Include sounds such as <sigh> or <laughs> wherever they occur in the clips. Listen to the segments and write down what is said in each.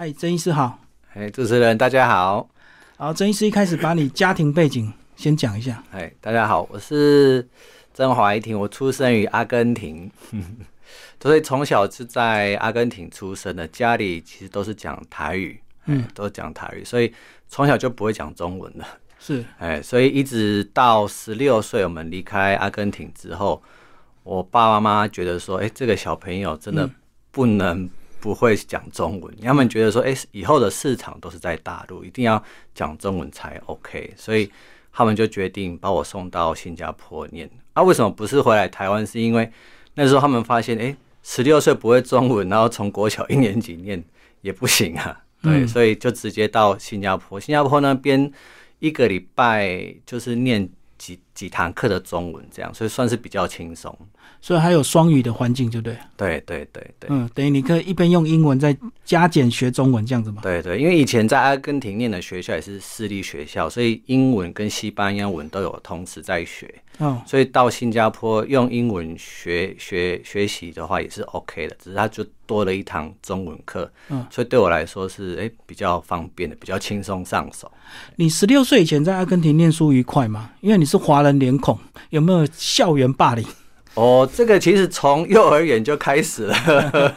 嗨，曾医师好。哎，主持人大家好，好，曾医师一开始把你家庭背景先讲一下。哎，大家好，我是曾华一婷，我出生于阿根廷， <laughs> 所以从小是在阿根廷出生的，家里其实都是讲台语，嗯，都讲台语，所以从小就不会讲中文了，是，哎，所以一直到十六岁，我们离开阿根廷之后，我爸爸妈妈觉得说，哎，这个小朋友真的不能不会讲中文，他们觉得说，哎，以后的市场都是在大陆，一定要讲中文才 OK，所以他们就决定把我送到新加坡念。啊，为什么不是回来台湾？是因为那时候他们发现，哎，十六岁不会中文，然后从国小一年级念也不行啊，对，所以就直接到新加坡。新加坡那边。一个礼拜就是念几几堂课的中文，这样，所以算是比较轻松。所以还有双语的环境，对不对？对对对对、嗯，等于你可以一边用英文再加减学中文这样子嘛。对对，因为以前在阿根廷念的学校也是私立学校，所以英文跟西班牙文都有同时在学，哦，所以到新加坡用英文学学学习的话也是 OK 的，只是它就多了一堂中文课，嗯，所以对我来说是诶比较方便的，比较轻松上手。你十六岁以前在阿根廷念书愉快吗？因为你是华人脸孔，有没有校园霸凌？哦，这个其实从幼儿园就开始了。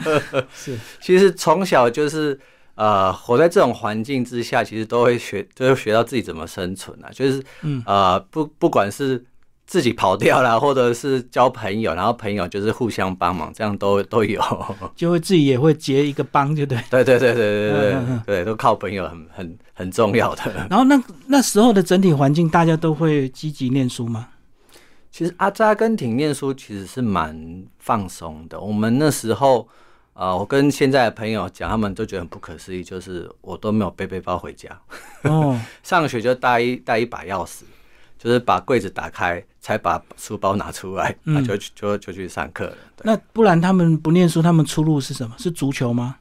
<laughs> 是，其实从小就是呃，活在这种环境之下，其实都会学，都会学到自己怎么生存啊。就是，嗯，呃，不，不管是自己跑掉啦，或者是交朋友，然后朋友就是互相帮忙，这样都都有。 <laughs> 就会自己也会结一个帮，对不对？对对对对对对嗯嗯嗯对，都靠朋友很很很重要的。然后那那时候的整体环境，大家都会积极念书吗？其实阿在阿根廷念书其实是蛮放松的。我们那时候，呃，我跟现在的朋友讲，他们都觉得很不可思议，就是我都没有背背包回家， <laughs> 哦，上学就带一带一把钥匙，就是把柜子打开，才把书包拿出来，那、就去就就去上课了。对，那不然他们不念书，他们出路是什么？是足球吗？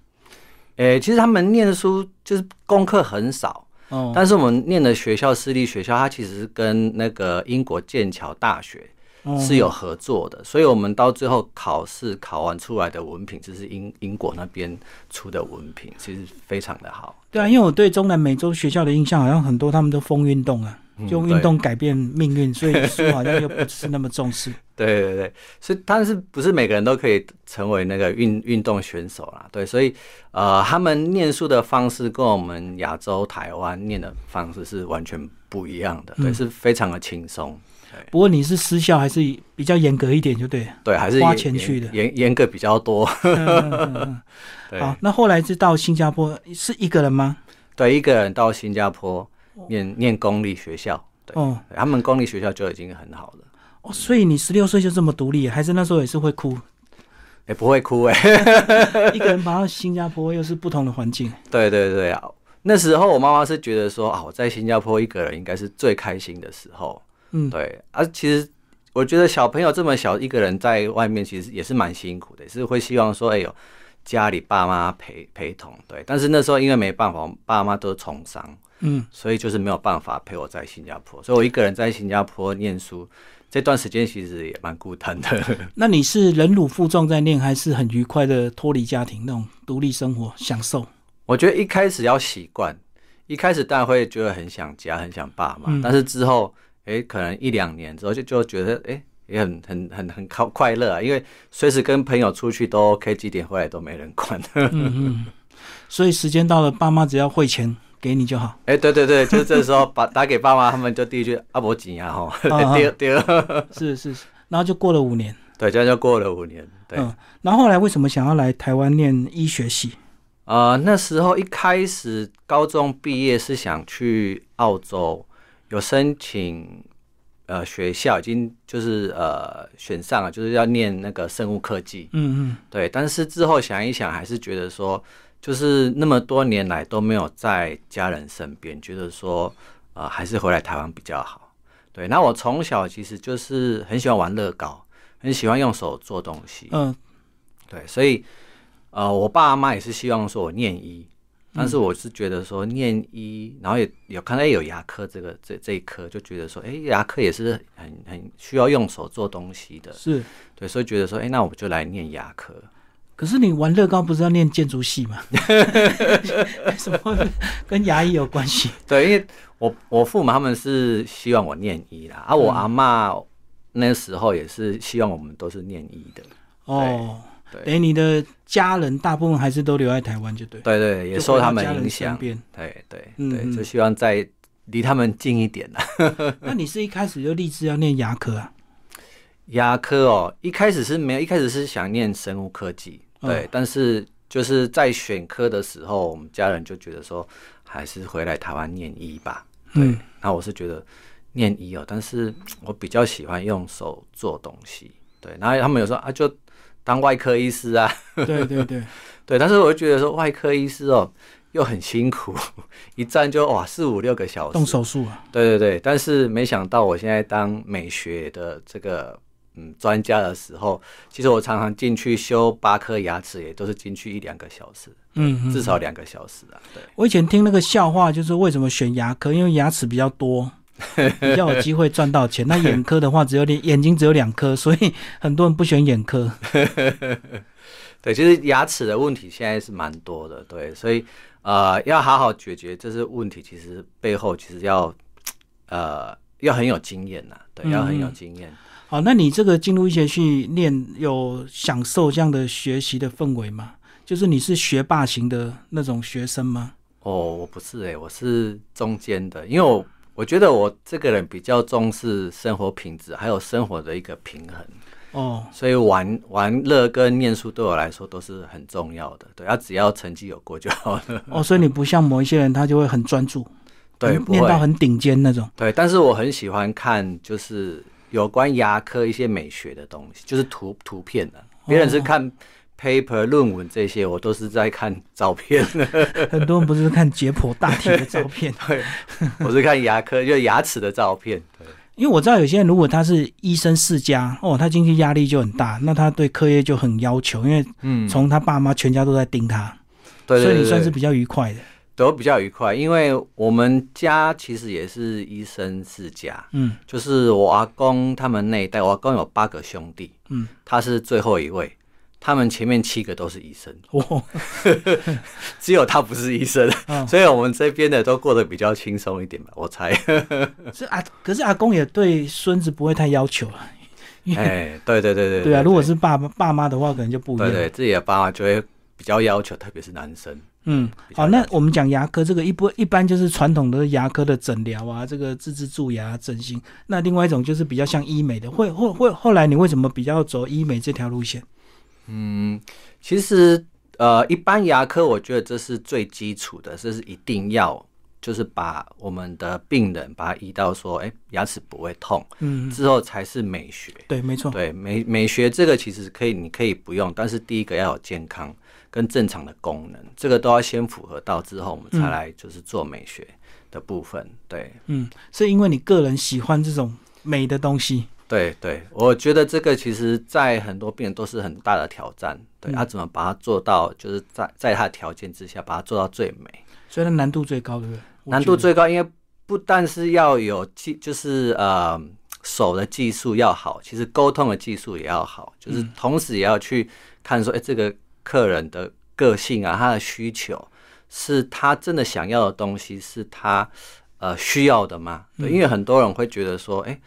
诶、其实他们念书就是功课很少，哦，但是我们念的学校私立学校，它其实是跟那个英国剑桥大学哦是有合作的，所以我们到最后考试考完出来的文凭，就是英英国那边出的文凭，其实非常的好。对啊，因为我对中南美洲学校的印象，好像很多他们都疯运动啊，就用运动改变命运，所以书好像又不是那么重视。对对对，所以但是不是每个人都可以成为那个运运动选手啦？对，所以呃，他们念书的方式跟我们亚洲台湾念的方式是完全不一样的，对，是非常的轻松。不过你是私校还是比较严格一点，就对了。对，还是花严钱去的嗯严严严格比较多。 <laughs> 对好，那后来是到新加坡是一个人吗？对，一个人到新加坡念念公立学校，对，哦对他们公立学校就已经很好了。哦，所以你十六岁就这么独立，还是那时候也是会哭，也不会哭哎、一个人跑到新加坡又是不同的环境。对对对啊！那时候我妈妈是觉得说啊，我在新加坡一个人应该是最开心的时候。嗯对啊，其实我觉得小朋友这么小一个人在外面，其实也是蛮辛苦的，也是会希望说，哎呦，家里爸妈陪陪同。对，但是那时候因为没办法，我爸妈都从商，嗯，所以就是没有办法陪我在新加坡，所以我一个人在新加坡念书。这段时间其实也蛮孤单的，那你是忍辱负重在念，还是很愉快的脱离家庭那种独立生活享受？我觉得一开始要习惯，一开始当然会觉得很想家，很想爸妈，但是之后，哎、可能一两年之后就就觉得，哎、也很很很很靠快乐啊，因为随时跟朋友出去都 OK，几点回来都没人管。 <laughs> 所以时间到了，爸妈只要汇钱给你就好。哎、对对对，就是这时候把打给爸妈，他们就第一句阿伯紧啊吼， <laughs> 啊第二第二，是是是，然后就过了五年。对，这样就过了五年。对，嗯，然后后来为什么想要来台湾念医学系？呃，那时候一开始高中毕业是想去澳洲，有申请呃学校，已经就是呃选上了，就是要念那个生物科技。嗯嗯，对，但是之后想一想，还是觉得说，就是那么多年来都没有在家人身边，觉得说，呃，还是回来台湾比较好。对，那我从小其实就是很喜欢玩乐高，很喜欢用手做东西。嗯，对，所以呃，我爸妈也是希望说我念医，但嗯是我是觉得说念医，然后也有看到哎有牙科这个这这一科，就觉得说，哎、牙科也是很很需要用手做东西的，是。对，所以觉得说，哎、那我就来念牙科。可是你玩乐高不是要念建筑系 <laughs> 吗？什么跟牙医有关系？对，因为我我父母他们是希望我念医啦，啊，嗯我阿妈那时候也是希望我们都是念医的。哦，对等于你的家人大部分还是都留在台湾，就对。对对，也就受回他到们家人影身响。边对对嗯对，嗯就希望在离他们近一点啦。那你是一开始就立志要念牙科啊？牙科哦，一开始是没有，一开始是想念生物科技，对，嗯但是就是在选科的时候，我们家人就觉得说，还是回来台湾念医吧。对，嗯那我是觉得念医哦，但是我比较喜欢用手做东西。对，然后他们有说啊，就当外科医师啊， <laughs> 对对对，对，但是我就觉得说外科医师哦。又很辛苦， <laughs> 一站就哇四五六个小时，动手术啊，对对对，但是没想到我现在当美学的这个嗯专家的时候，其实我常常进去修八颗牙齿，也都是进去一两个小时，嗯嗯。至少两个小时啊。对，我以前听那个笑话，就是为什么选牙科，因为牙齿比较 <laughs> 多，比较有机会赚到钱。那眼科的话，只有点眼睛只有两颗，所以很多人不选眼科。对，其实牙齿的问题现在是蛮多的，对，所以呃要好好解决这些问题，其实背后其实要呃要很有经验呐、对，要很有嗯经验。好，那你这个进入医学系念，有享受这样的学习的氛围吗？就是你是学霸型的那种学生吗？哦，我不是诶、我是中间的，因为我我觉得我这个人比较重视生活品质，还有生活的一个平衡， <laughs> 哦，所以玩玩乐跟念书对我来说都是很重要的。对，啊，只要成绩有过就好了。 <laughs> 哦，所以你不像某一些人，他就会很专注，对，很不念到会。很顶尖那种。对，但是我很喜欢看就是有关牙科一些美学的东西，就是图图片的、别人是哦看 paper 论文这些，我都是在看照片。很多人不是看解剖大体的照片，对， <laughs> 我是看牙科，就牙齿的照片。对。因为我知道有些人如果他是医生世家，哦，他经济压力就很大，那他对课业就很要求，因为嗯从他爸妈全家都在盯他，对对对所以你算对是比较愉快的。都比较愉快，因为我们家其实也是医生世家，嗯，就是我阿公他们那一代，我阿公有八个兄弟，嗯，他是最后一位，他们前面七个都是医生， <laughs> 哦，只有他不是医生，嗯所以我们这边的都过得比较轻松一点吧，<laughs> 我猜。是啊，可是阿公也对孙子不会太要求啊。哎，对对对对对啊，如果是爸爸爸妈的话，可能就不一样。对对自己的爸妈就会比较要求，特别是男生。嗯，比较好，那了解我们讲牙科这个一不一般就是传统的牙科的诊疗啊，这个自治蛀牙、整形。那另外一种就是比较像医美的，会会会。后来你为什么比较走医美这条路线？嗯，其实呃，一般牙科我觉得这是最基础的，这是一定要，就是把我们的病人把它移到说，哎、牙齿不会痛嗯，哦之后才是美学。对，没错。对美美学这个其实可以，你可以不用，但是第一个要有健康跟正常的功能，这个都要先符合到之后，我们才嗯来就是做美学的部分。对，嗯，是因为你个人喜欢这种美的东西。对对，我觉得这个其实，在很多病人都是很大的挑战。对，啊嗯他、怎么把它做到，就是在在他的条件之下，把它做到最美。所以它难度最高，对不对？难度最高，因为不但是要有技，就是呃手的技术要好，其实沟通的技术也要好，就是同时也要去看说，哎、这个客人的个性啊，他的需求是他真的想要的东西，是他呃需要的吗？对，因为很多人会觉得说，哎、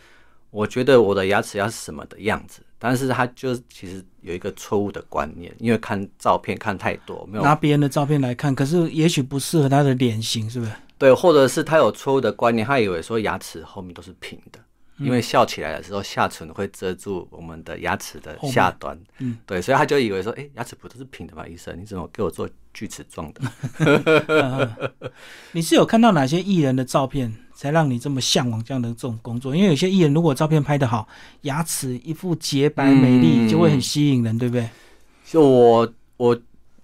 我觉得我的牙齿要是什么的样子。但是他就其实有一个错误的观念，因为看照片看太多，没有拿别人的照片来看，可是也许不适合他的脸型，是不是？对，或者是他有错误的观念，他以为说牙齿后面都是平的，因为笑起来的时候下唇会遮住我们的牙齿的下端，嗯，对，所以他就以为说，哎、牙齿不都是平的吗？医生，你怎么给我做锯齿状的？你是有看到哪些艺人的照片，才让你这么向往这样的这种工作？因为有些艺人如果照片拍得好，牙齿一副洁白美丽，嗯就会很吸引人，对不对？就我我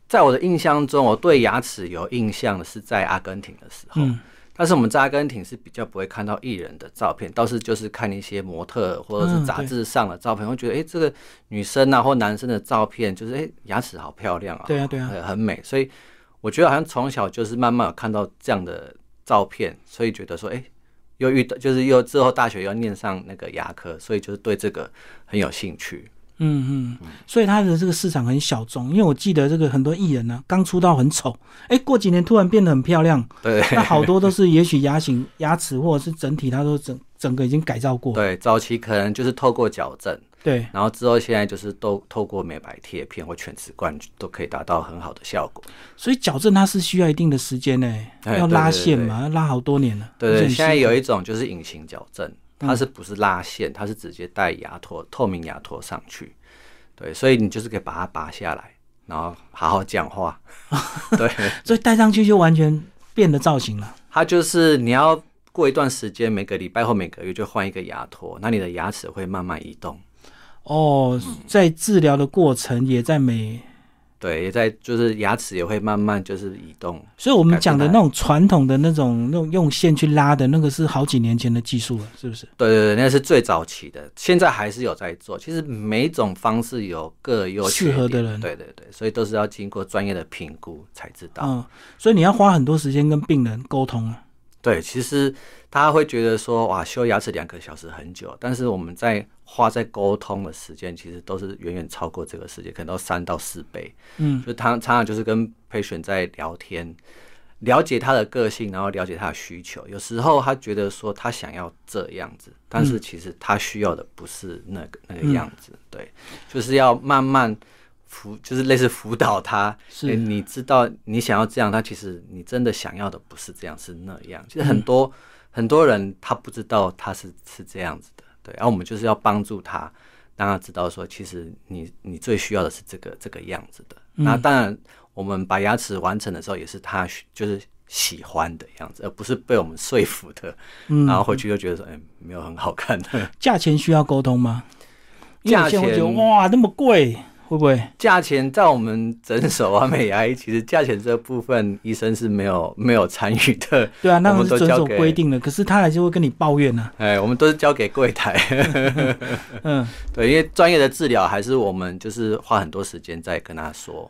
在我的印象中，我对牙齿有印象的是在阿根廷的时候，嗯但是我们在阿根廷是比较不会看到艺人的照片，倒是就是看一些模特或者嗯是杂志上的照片，会觉得哎、诶这个女生啊或男生的照片，就是哎、诶牙齿好漂亮啊，对啊对啊很很美。所以我觉得好像从小就是慢慢有看到这样的照片，所以觉得说哎、诶又遇到就是又之后大学又念上那个牙科，所以就是对这个很有兴趣。嗯嗯，所以他的这个市场很小众，因为我记得这个很多艺人呢、刚出道很丑，哎、过几年突然变得很漂亮，对那好多都是也许牙形、牙齿或者是整体，它都整整个已经改造过，对，早期可能就是透过矫正，对然后之后现在就是都透过美白贴片或全瓷冠都可以达到很好的效果。所以矫正它是需要一定的时间呢、哎要对拉对对线嘛，要拉好多年了，对而且对，很嗯现在辛有苦一种就是隐形矫正，它是不是拉线，它是直接戴牙托透明牙托上去，对，所以你就是可以把它拔下来，然后好好讲 <laughs> 话，对，所以戴上去就完全变了造型了，它就是你要过一段时间，每个礼拜或每个月就换一个牙托，那你的牙齿会慢慢移动，哦，在治疗的过程也在美对，也在就是牙齿也会慢慢就是移动，所以我们改变讲的它那种传统的那种那种用线去拉的那个是好几年前的技术了，是不是？对对对，那是最早期的，现在还是有在做。其实每种方式有各有适缺合点的人对对对，所以都是要经过专业的评估才知道。嗯，所以你要花很多时间跟病人沟通啊。对，其实大家会觉得说，哇，修牙齿两个小时很久，但是我们在花在沟通的时间，其实都是远远超过这个时间，可能到三到四倍。嗯，就他常常就是跟 patient 在聊天，了解他的个性，然后了解他的需求。有时候他觉得说他想要这样子，但是其实他需要的不是那个那个样子。对，就是要慢慢辅，就是类似辅导他。是诶你知道你想要这样，他其实你真的想要的不是这样，是那样。其实很多、很多人他不知道他是是这样子的，对。啊然后我们就是要帮助他，让他知道说，其实你你最需要的是这个这个样子的。那当然，我们把牙齿完成的时候，也是他需就是喜欢的样子，而不是被我们说服的。嗯然后回去就觉得说，哎、没有很好看的。价钱需要沟通吗？因为有些人会觉得价钱哇那么贵，会不会？价钱在我们诊所啊、美牙医， <laughs> 其实价钱这部分医生是没有没有参与的。 <laughs> 对啊，那我个们是都遵交守给规定的，可是他还是会跟你抱怨呢、哎，我们都是交给柜台，啊。嗯， <laughs> 对，因为专业的治疗还是我们就是花很多时间在跟他说，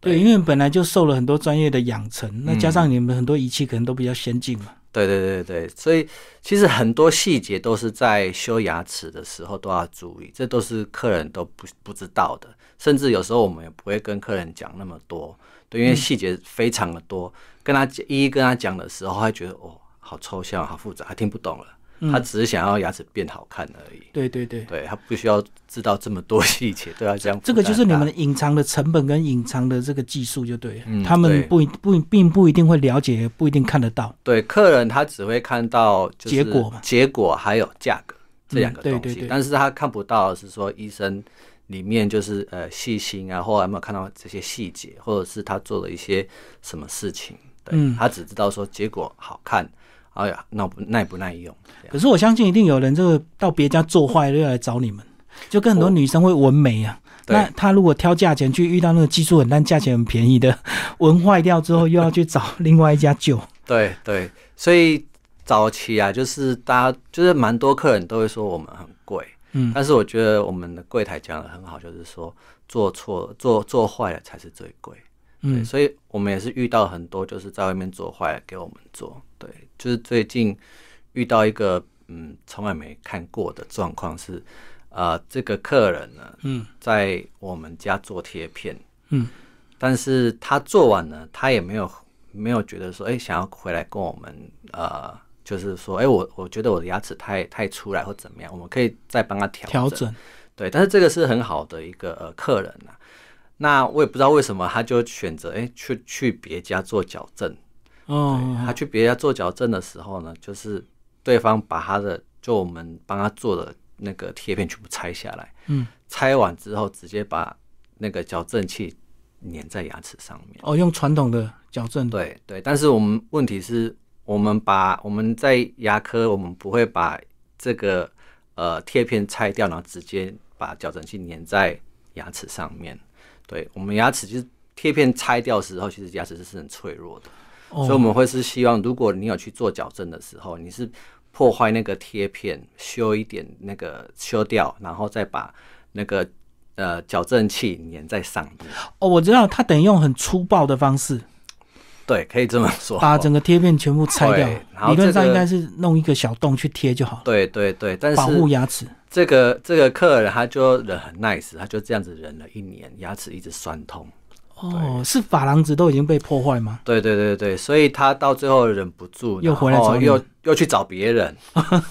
对，因为本来就受了很多专业的养嗯成，那加上你们很多仪器可能都比较先进嘛。对对对对，所以其实很多细节都是在修牙齿的时候都要注意，这都是客人都不不知道的，甚至有时候我们也不会跟客人讲那么多，对，嗯因为细节非常的多，跟他一一跟他讲的时候，他觉得哦，好抽象，好复杂，他听不懂了，嗯他只是想要牙齿变好看而已，对对对，对他不需要知道这么多细节，对他这样这个就是你负担大们隐藏的成本跟隐藏的这个技术就对了，嗯他们对不一不并不一定会了解，不一定看得到。对，客人他只会看到就是结果嘛结果还有价格这两个嗯东对西，对对但是他看不到的是说医生里面就是呃细心啊，或者有没有看到这些细节，或者是他做了一些什么事情，对、嗯他只知道说结果好看，哎呀，那不耐不耐用，这样可是我相信一定有人这个到别家做坏了，又来找你们，就跟很多哦女生会纹眉啊。对那她如果挑价钱去遇到那个技术很烂、价钱很便宜的，纹坏掉之后又要去找另外一家旧。对对，所以早期啊，就是大家就是蛮多客人都会说我们很贵，嗯但是我觉得我们的柜台讲的很好，就是说做错做做坏了才是最贵。对，嗯，所以我们也是遇到很多就是在外面做坏了给我们做，对，就是最近遇到一个嗯从来没看过的状况是，呃，这个客人呢，嗯，在我们家做贴片，嗯，但是他做完呢，他也没有没有觉得说，哎、想要回来跟我们呃。就是说，哎、我我觉得我的牙齿太太出来或怎么样，我们可以再帮他调调整。整对，但是这个是很好的一个呃客人啊。那我也不知道为什么他就选择哎、诶去去别家做矫正。哦，他去别家做矫正的时候呢，就是对方把他的就我们帮他做的那个贴片全部拆下来，嗯，拆完之后直接把那个矫正器粘在牙齿上面。哦，用传统的矫正的，对对，但是我们问题是，我们把我们在牙科，我们不会把这个呃贴片拆掉，然后直接把矫正器粘在牙齿上面。对我们牙齿就是贴片拆掉的时候，其实牙齿是很脆弱的，所以我哦，们会是希望，如果你有去做矫正的时候，你是破坏那个贴片，修一点那个修掉，然后再把那个呃矫正器粘在上面。哦，我知道，他等于用很粗暴的方式，对，可以这么说。把整个贴片全部拆掉对然，后理论上这应个该是弄一个小洞去贴就好，对对对，但保是护牙齿。这个这个客人他就人很 nice，他就这样子忍了一年，牙齿一直酸痛。哦，是珐琅质都已经被破坏吗？对对对对，所以他到最后忍不住，又然回来后找你又又去找别人， <laughs>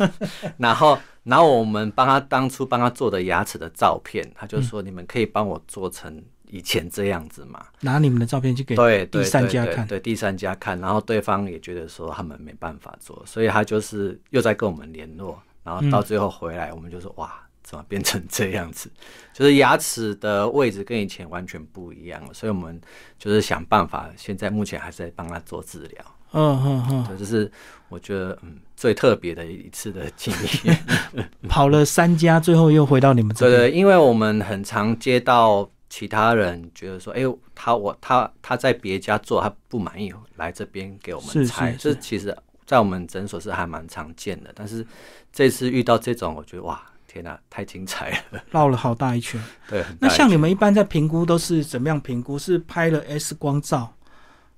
然后然后我们帮他当初帮他做的牙齿的照片，他就嗯说、你们可以帮我做成以前这样子嘛？拿你们的照片去给对第对三对家对看，对第三家看，然后对方也觉得说他们没办法做，所以他就是又在跟我们联络，然后嗯到最后回来，我们就说、哇。怎么变成这样子？就是牙齿的位置跟以前完全不一样了，所以我们就是想办法。现在目前还是在帮他做治疗。嗯嗯嗯，对，这是我觉得嗯最特别的一次的经验。跑了三家，最后又回到你们这对边。对，因为我们很常接到其他人觉得说，哎、他我他他在别家做他不满意，来这边给我是们拆。是这其实在我们诊所是还蛮常见的，但是这次遇到这种，我觉得哇，天哪、太精彩了。绕了好大一圈。 <laughs> 对，很那大一像你群们一般在评估都是怎么样评估？是拍了 X 光照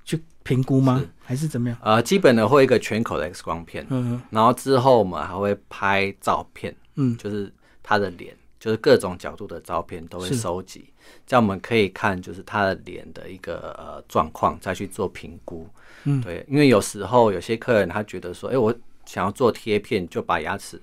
去评估吗？是还是怎么样？呃，基本的会一个全口的 X 光片，嗯然后之后我们还会拍照片，嗯，就是他的脸，就是各种角度的照片都会是收集，这样我们可以看就是他的脸的一个呃状况，再去做评估。嗯对，因为有时候有些客人他觉得说，哎、我想要做贴片，就把牙齿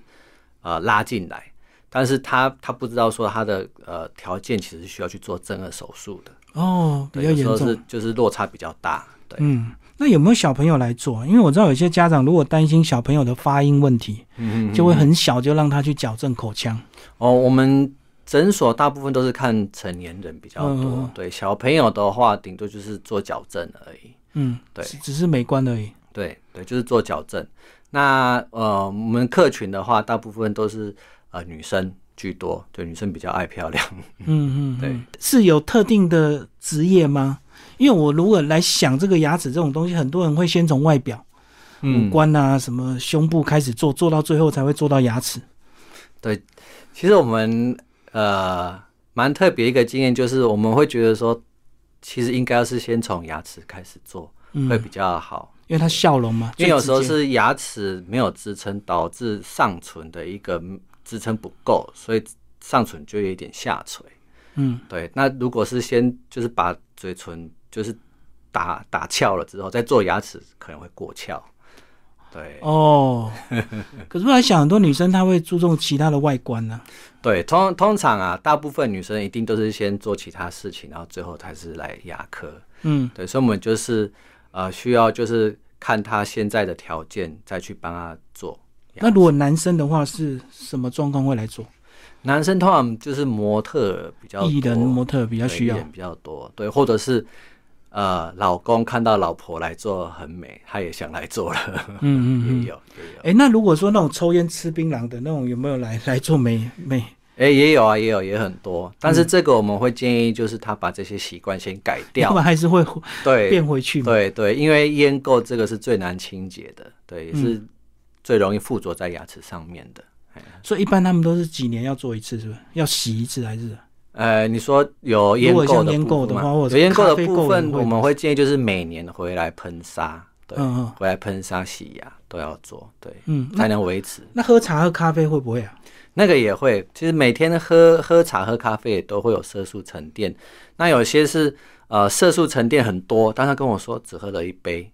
呃拉进来，但是他他不知道说他的呃条件其实需要去做正颌手术的，哦，比对，较有严时候重是。就是落差比较大。对，嗯，那有没有小朋友来做？因为我知道有些家长如果担心小朋友的发音问题，嗯就会很小就让他去矫正口腔。哦，我们诊所大部分都是看成年人比较多，嗯对小朋友的话，顶多就是做矫正而已。嗯，对只只是美观而已。对对，就是做矫正。那呃，我们客群的话，大部分都是呃女生居多，对女生比较爱漂亮。嗯嗯，对嗯是有特定的职业吗？因为我如果来想这个牙齿这种东西，很多人会先从外表、嗯五官啊、什么胸部开始做，做到最后才会做到牙齿。其实我们呃蛮特别一个经验，就是我们会觉得说，其实应该是先从牙齿开始做嗯，会比较好。因为它笑容嘛，因为有时候最直接是牙齿没有支撑，导致上唇的一个支撑不够，所以上唇就有一点下垂。嗯，对，那如果是先就是把嘴唇就是打打翘了之后，再做牙齿可能会过翘。对、哦。 <laughs> 可是我在想，很多女生她会注重其他的外观啊呢、对，通通常啊，大部分女生一定都是先做其他事情，然后最后才是来牙科。嗯，对，所以我们就是呃需要就是看她现在的条件，再去帮她做。那如果男生的话，是什么状况会来做？男生通常就是模特儿比较多艺人模特比较需要对艺。人比较多，对，或者是呃，老公看到老婆来做很美，他也想来做了，嗯嗯嗯。也有也有，哎、那如果说那种抽烟吃槟榔的那种，有没有来 <laughs> 来做美美？哎、也有啊，也有也很多，但是这个我们会建议就是他把这些习惯先改要掉不，然还是会对嗯变回去嘛。对对，因为烟垢这个是最难清洁的，对，也嗯是最容易附着在牙齿上面的。所以一般他们都是几年要做一次，是不是？要洗一次还是？呃，你说有烟如果垢像的烟部垢的分吗话或者有烟垢咖的啡部垢分，也会我们会建议就是每年回来喷砂，对，嗯嗯回来喷砂洗牙都要做，对，嗯。那才能维持。那喝茶喝咖啡会不会啊？那个也会，其实每天喝喝茶、喝咖啡也都会有色素沉淀。那有些是呃色素沉淀很多，但他跟我说只喝了一杯，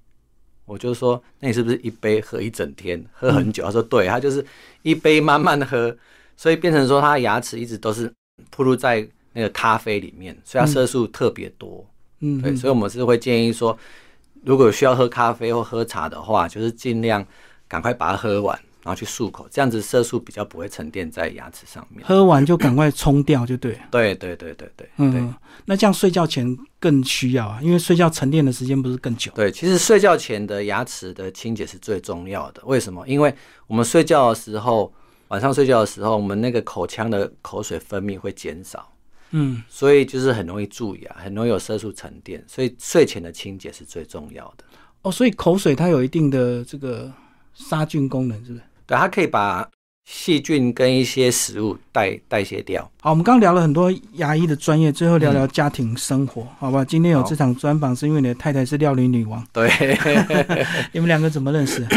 我就说那你是不是一杯喝一整天，喝很久？他说对，他就是一杯慢慢喝，所以变成说他的牙齿一直都是铺露在那个咖啡里面，所以它色素特别多。嗯，对，所以我们是会建议说，如果有需要喝咖啡或喝茶的话，就是尽量赶快把它喝完，然后去漱口，这样子色素比较不会沉淀在牙齿上面。喝完就赶快冲掉就对了。对对对对对对嗯，那这样睡觉前更需要啊，因为睡觉沉淀的时间不是更久？对，其实睡觉前的牙齿的清洁是最重要的。为什么？因为我们睡觉的时候，晚上睡觉的时候，我们那个口腔的口水分泌会减少。嗯，所以就是很容易蛀牙，很容易有色素沉淀，所以睡前的清洁是最重要的。哦，所以口水它有一定的这个杀菌功能，是不是？对，它可以把细菌跟一些食物代代谢掉。好，我们刚刚聊了很多牙医的专业，最后聊聊家庭生活，好吧？今天有嗯好这场专访，是因为你的太太是料理女 <laughs> 王， <laughs> 对，你们两个怎么认识？ <laughs>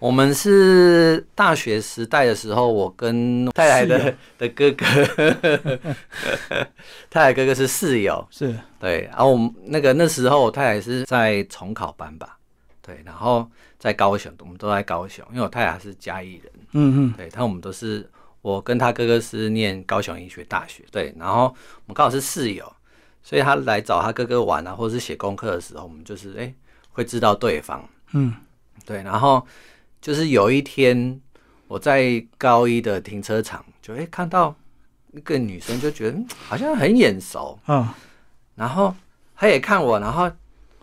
我们是大学时代的时候，我跟太太室友的的哥哥， <laughs> 太太哥哥是室友，是对，然后我们那个那时候我太太是在重考班吧，对，然后在高雄，我们都在高雄，因为我太太是嘉义人，嗯嗯，对，他我们都是我跟他哥哥是念高雄医学大学，对，然后我们刚好是室友，所以他来找他哥哥玩啊，或者是写功课的时候，我们就是哎、会知道对方，嗯，对，然后就是有一天我在高一的停车场就哎、看到一个女生，就觉得嗯好像很眼熟， <laughs> 啊、然后他也看我，然后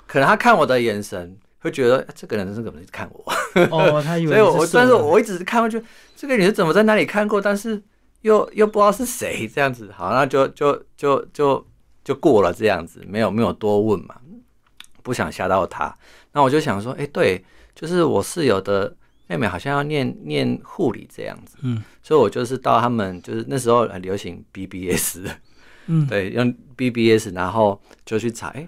可能他看我的眼神会觉得、啊这个人是怎么在看我，哦，他以为所你以我色但是狼我一直看过去，这个女是怎么在哪里看过，但是又又不知道是谁这样子，好，那就就就就就过了这样子，没有没有多问嘛，不想吓到他。那我就想说，哎、对，就是我室友的妹妹好像要念念护理这样子，嗯，所以我就是到他们就是那时候很流行 BBS，嗯对，用 BBS，然后就去查，哎、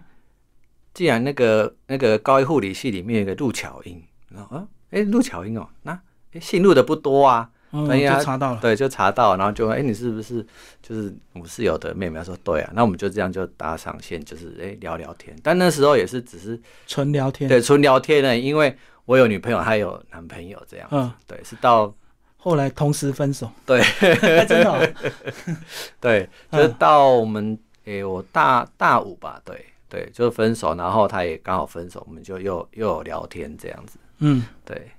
既然那个那个高一护理系里面有一个陆巧英，然后啊，哎、陆巧英哦，那、哎姓陆的不多啊，嗯对呀就查到了，对，就查到，然后就哎、你是不是就是我室友的妹妹？她说对啊，那我们就这样就搭上线，就是哎、聊聊天，但那时候也是只是纯聊天，对，纯聊天的，因为我有女朋友，她有男朋友，这样，嗯，对，是到后来同时分手， <laughs> <laughs> 对真的哦、对，就是到我们诶、我大大五吧，对对，就分手，然后她也刚好分手，我们就又又有聊天这样子，嗯，对，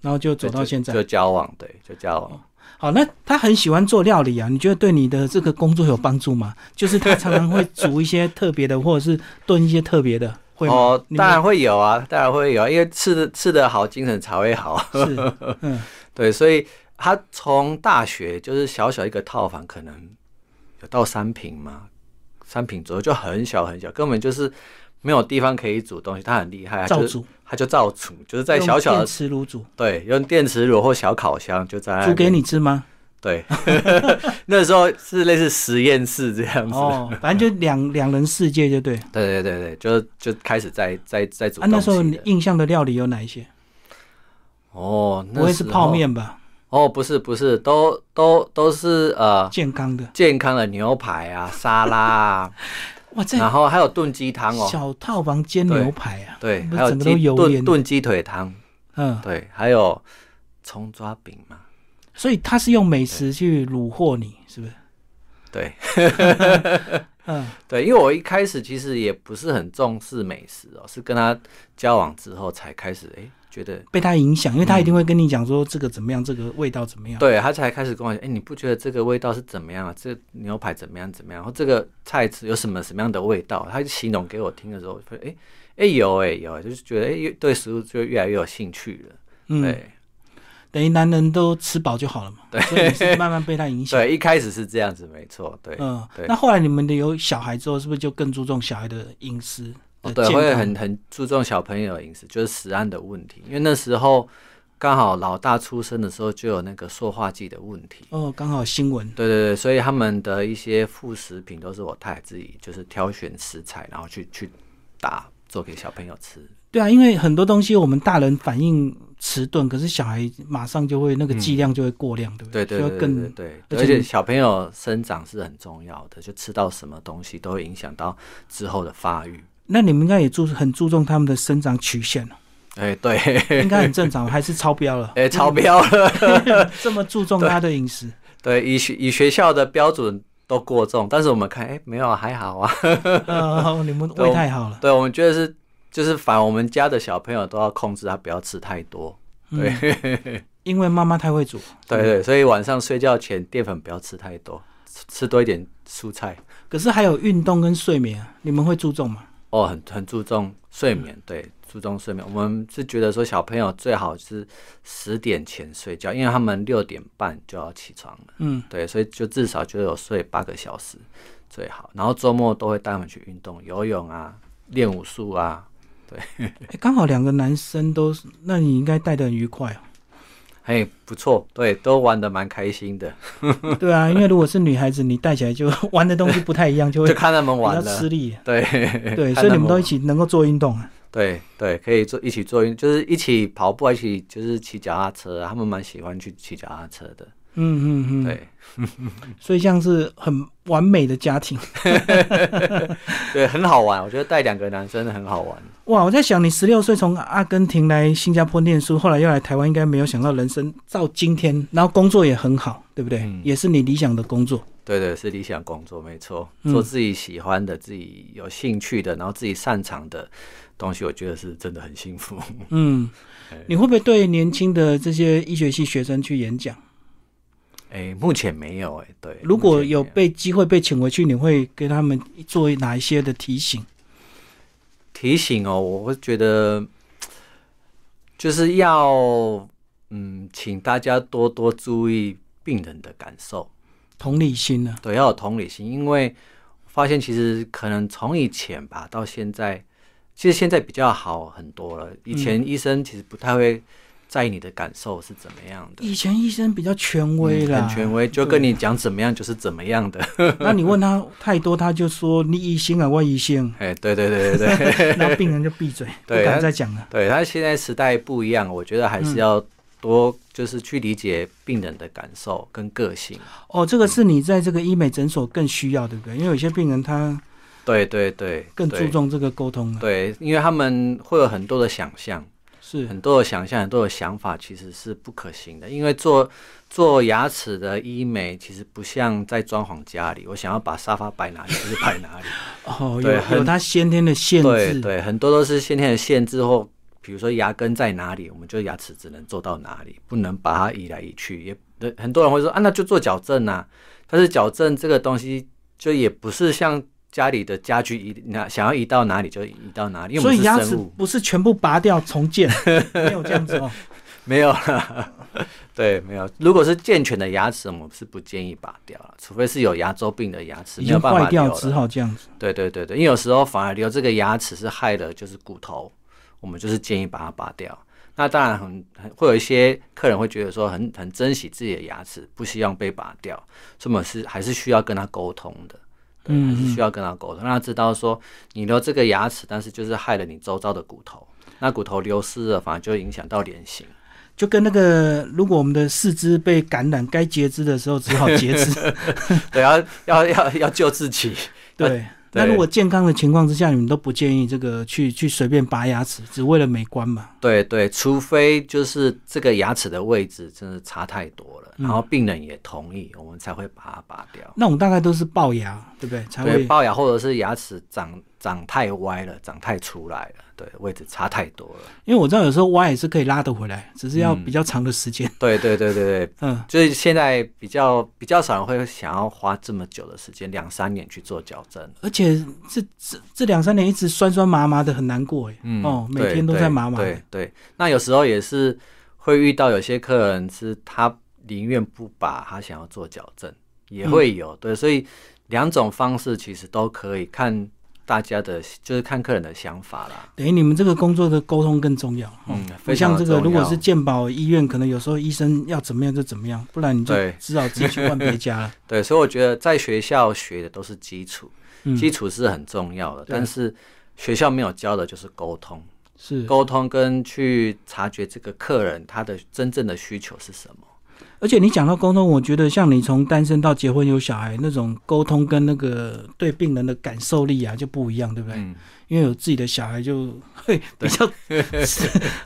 然后就走到就现在哦就。交往，对，就交往，好，那他很喜欢做料理啊，你觉得对你的这个工作有帮助吗？就是他常常会煮一些特别的，或者是炖一些特别的，会吗？哦，你们当然会有啊，当然会有啊，因为吃的吃的好，精神才会好， <laughs> 是，嗯，对，所以她从大学就是小小一个套房，可能有到三平嘛，三平左右就很小很小，根本就是没有地方可以煮东西。她很厉害，她照啊就煮，她就造煮，就是在小小用电的磁炉煮，对，用电磁炉或小烤箱就在那煮给边你。吃吗？对， <laughs> 那时候是类似实验室这样子。 <laughs> 哦，反正就两两人世界就对。对对对对，就就开始在在在煮啊，东西了。那时候你印象的料理有哪一些？哦，那不会是时泡候面吧？哦，不是不是，都都都是呃健康的。健康的牛排啊、沙拉 <laughs> 啊，哇，在然后还有炖鸡汤哦，小套房煎对牛排啊，对，不是还有整个都鸡油炖烟。炖鸡腿汤，嗯，对，还有葱抓饼嘛，所以他是用美食去虏获你，是不是？对嗯， <laughs> 对，因为我一开始其实也不是很重视美食哦，是跟他交往之后才开始，哎，觉得被他影响，因为他一定会跟你讲说这个怎么样，这个味道怎么样。对他才开始跟我讲，哎，你不觉得这个味道是怎么样啊？这牛排怎么样怎么样？或这个菜吃有什么什么样的味道？他就形容给我听的时候，我觉得哎哎有哎有诶，就是觉得哎对食物就越来越有兴趣了，嗯，对。等于男人都吃饱就好了嘛。对，所以你是慢慢被他影响。对，一开始是这样子，没错， <laughs> 对，嗯，对那后来你们的有小孩之后，是不是就更注重小孩的饮食哦的对，健会康？很很注重小朋友的饮食，就是食安的问题，因为那时候刚好老大出生的时候就有那个塑化剂的问题，哦，刚好新闻对对对，所以他们的一些副食品都是我太太自己就是挑选食材，然后去去打做给小朋友吃，对啊，因为很多东西我们大人反应迟钝，可是小孩马上就会那个剂量就会过量，对不对嗯对就对对要对对更对，而而且且小朋友生长是很重要的，就吃到什么东西都会影响到之后的发育，那你们应该也注很注重他们的生长曲线 <laughs> 了，哎对，应该很正常，还是超标 <laughs> 了？哎超标了。这么注重他的饮食，对，以学以学校的标准都过重，但是我们看，哎，没有啊，还好啊。呃，你们胃太好了。对，我们觉得是，就是反而我们家的小朋友都要控制他不要吃太多。对、因为妈妈太会煮，对对，所以晚上睡觉前淀粉不要吃太多，吃吃多一点蔬菜。可是还有运动跟睡眠啊，你们会注重吗？哦，很很注重睡眠，对，注重睡眠。我们是觉得说小朋友最好是十点前睡觉，因为他们六点半就要起床了。嗯，对，所以就至少就有睡八个小时最好。然后周末都会带他们去运动，游泳啊，练武术啊。诶刚好两个男生都是，那你应该带的很愉快哦。嘿，不错，对，都玩的蛮开心的，对啊，因为如果是女孩子，你带起来就玩的东西不太一样，就会就比看他们玩较了哎吃。力。对对，所 <laughs> 看以他你们们都玩一起能够做运动啊。对对，可以做一起做运，就是一起跑步，一起就是骑脚踏车啊，他们蛮喜欢去骑脚踏车的。嗯嗯嗯，，对所以像是很完美的家庭。 <laughs> 对，很好玩，我觉得带两个男生很好玩。哇，我在想，你十六岁从阿根廷来新加坡念书，后来又来台湾，应该没有想到人生到今天，然后工作也很好，对不对？嗯也是你理想的工作。对对，是理想工作，没错，嗯做自己喜欢的、自己有兴趣的，然后自己擅长的东西，我觉得是真的很幸福。嗯哎，你会不会对年轻的这些医学系学生去演嗯讲？哎，目前没有哎，对，如目果前有没被机会被请回去，你会给他们做哪一些的提醒？提醒哦，我会觉得就是要嗯，请大家多多注意病人的感受。同理心呢、对，要有同理心，因为发现其实可能从以前吧到现在，其实现在比较好很多了。以前医生其实不太会在意你的感受是怎么样的，以前医生比较权威嗯啦，很权威，就跟你讲怎么样就是怎么样的。对。 <laughs> 那你问他太多，他就说你医生啊，我医生 <laughs> ，哎，对对对对对， <laughs> 然后病人就闭嘴，不 <laughs> 对敢他再讲了。对他现在时代不一样，我觉得还嗯是要多就是去理解病人的感受跟个性。哦，这个是你在这个医美诊所更需要，对不对？因为有些病人他对对对，更对注重这个沟通啊了。对，因为他们会有很多的想象。是，很多的想象、很多的想法其实是不可行的，因为做做牙齿的医美其实不像在装潢家里，我想要把沙发摆哪里 <laughs> 就是摆哪里。哦，对有有很他先天的限对制。对，很多都是先天的限制或比如说牙根在哪里，我们就牙齿只能做到哪里，不能把它移来移去。也对很多人会说啊，那就做矫正啊，但是矫正这个东西就也不是像家里的家具移那想要移到哪里就移到哪里，因为所我们以是牙生齿物。不是全部拔掉重 <laughs> 建，没有这样子哦。没有 <laughs> 啦，对，没有。如果是健全的牙齿，我们是不建议拔掉了，除非是有牙周病的牙齿已没有经办坏法留掉，只了。好这样子。对对对对，因为有时候反而留这个牙齿是害了就是骨头，我们就是建议把它拔掉。那当然很很会有一些客人会觉得说很很珍惜自己的牙齿，不希望被拔掉，所以我们是还是需要跟他沟通的。对，嗯还是需要跟他沟通，让他知道说你留这个牙齿，但是就是害了你周遭的骨头，那骨头流失了，反而就会影响到脸型。就跟那个，如果我们的四肢被感染，该截肢的时候只好截肢。对，要要要要救自己。对。对那如果健康的情况之下，你们都不建议这个去去随便拔牙齿，只为了美观嘛？对对，除非就是这个牙齿的位置真的差太多嗯了，然后病人也同意，我们才会把它拔掉。那我们大概都是龅牙，对不对？才对，会龅牙或者是牙齿长长太歪了，长太出来了，对，位置差太多了。因为我知道有时候挖也是可以拉得回来，只是要嗯比较长的时间。对对对对对，嗯，就是现在比较比较少人会想要花这么久的时间，两三年去做矫正。而且这这这两三年一直酸酸麻麻的，很难过哎。哦，每对天都嗯对在麻麻对的。对那有时候也是会遇到有些客人是他宁愿不把他想要做矫正，嗯也会有、对，所以两种方式其实都可以看大家的，就是看客人的想法啦。等于你们这个工作的沟通更重要。哦嗯，不非常像的这个，重如果要是健保医院，可能有时候医生要怎么样就怎么样，不然你就对只好自己去换别家 <laughs> 了。对，所以我觉得在学校学的都是基础，嗯，基础是很重要的，对但是学校没有教的就是沟通，是。沟通跟去察觉这个客人他的真正的需求是什么。而且你讲到沟通，我觉得像你从单身到结婚有小孩那种沟通跟那个对病人的感受力啊就不一样，对不对？嗯，因为有自己的小孩就会比 <laughs> 较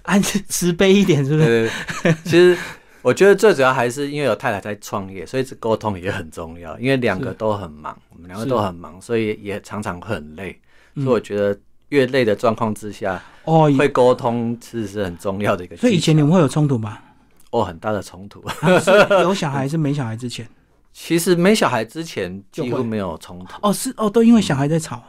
安慈悲一点，是不是？对，对对 <laughs> 其实我觉得最主要还是因为有太太在创业，所以这沟通也很重要。因为两个是都很忙，我们两个是都很忙，所以也常常会很累。嗯所以我觉得越累的状况之下，哦，以会沟通其实是很重要的一个技巧。所以以前你们会有冲突 <laughs> 吧？哦很大的冲突， <laughs> 啊是有小孩是没小孩之前？其实没小孩之前就会几乎没有冲 <laughs> 突，哦，是哦，都因为小孩在吵。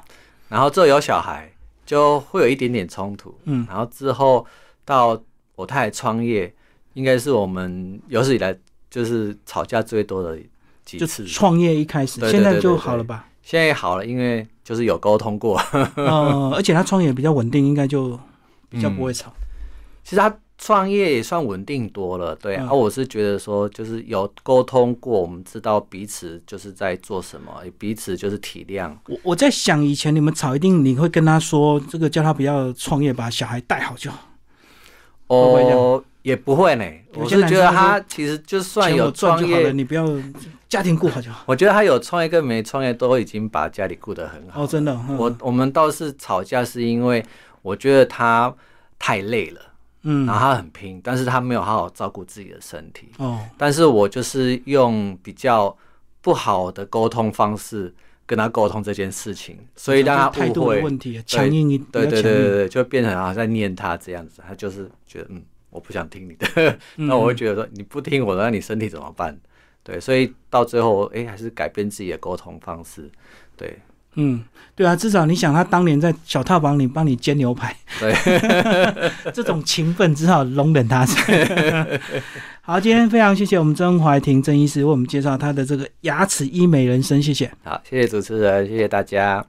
然后之后有小孩就会有一点点冲突，嗯，然后之后到我太太创业，应该是我们有史以来就是吵架最多的几就次。创业一开始，对对现在对就对好了吧？现在好了，因为就是有沟通过。 <laughs> 嗯呃，而且他创业比较稳定，应该就比较不会吵。其实他创业也算稳定多了，对、嗯啊，我是觉得说，就是有沟通过，我们知道彼此就是在做什么，彼此就是体谅。我我在想，以前你们吵一定，你会跟他说，这个叫他不要创业，把小孩带好就好。会不会这样哦，也不会呢，有我些是男觉生得就他其实就算钱有我赚创就好了，业，你不要家庭顾好就 <laughs> 好。我觉得他有创业跟没创业都已经把家里顾得很好。哦，真的，嗯我我们倒是吵架，是因为我觉得他太累了，嗯然后他很拼，但是他没有好好照顾自己的身体。哦，但是我就是用比较不好的沟通方式跟他沟通这件事情，所以让这他态误度的会。问题，强硬一比较对对对强硬对对，就变成好像在念他这样子，他就是觉得嗯，我不想听 <laughs> 你的，嗯那我会觉得说你不听我的，那你身体怎么办？对，所以到最后，哎、还是改变自己的沟通方式。对，嗯，对啊，至少你想他当年在小套房里帮你煎牛排，对， <laughs> 这种情分只好容忍 <laughs> 他。好，今天非常谢谢我们曾怀庭曾医师为我们介绍他的这个牙齿医美人生，谢谢。好，谢谢主持人，谢谢大家。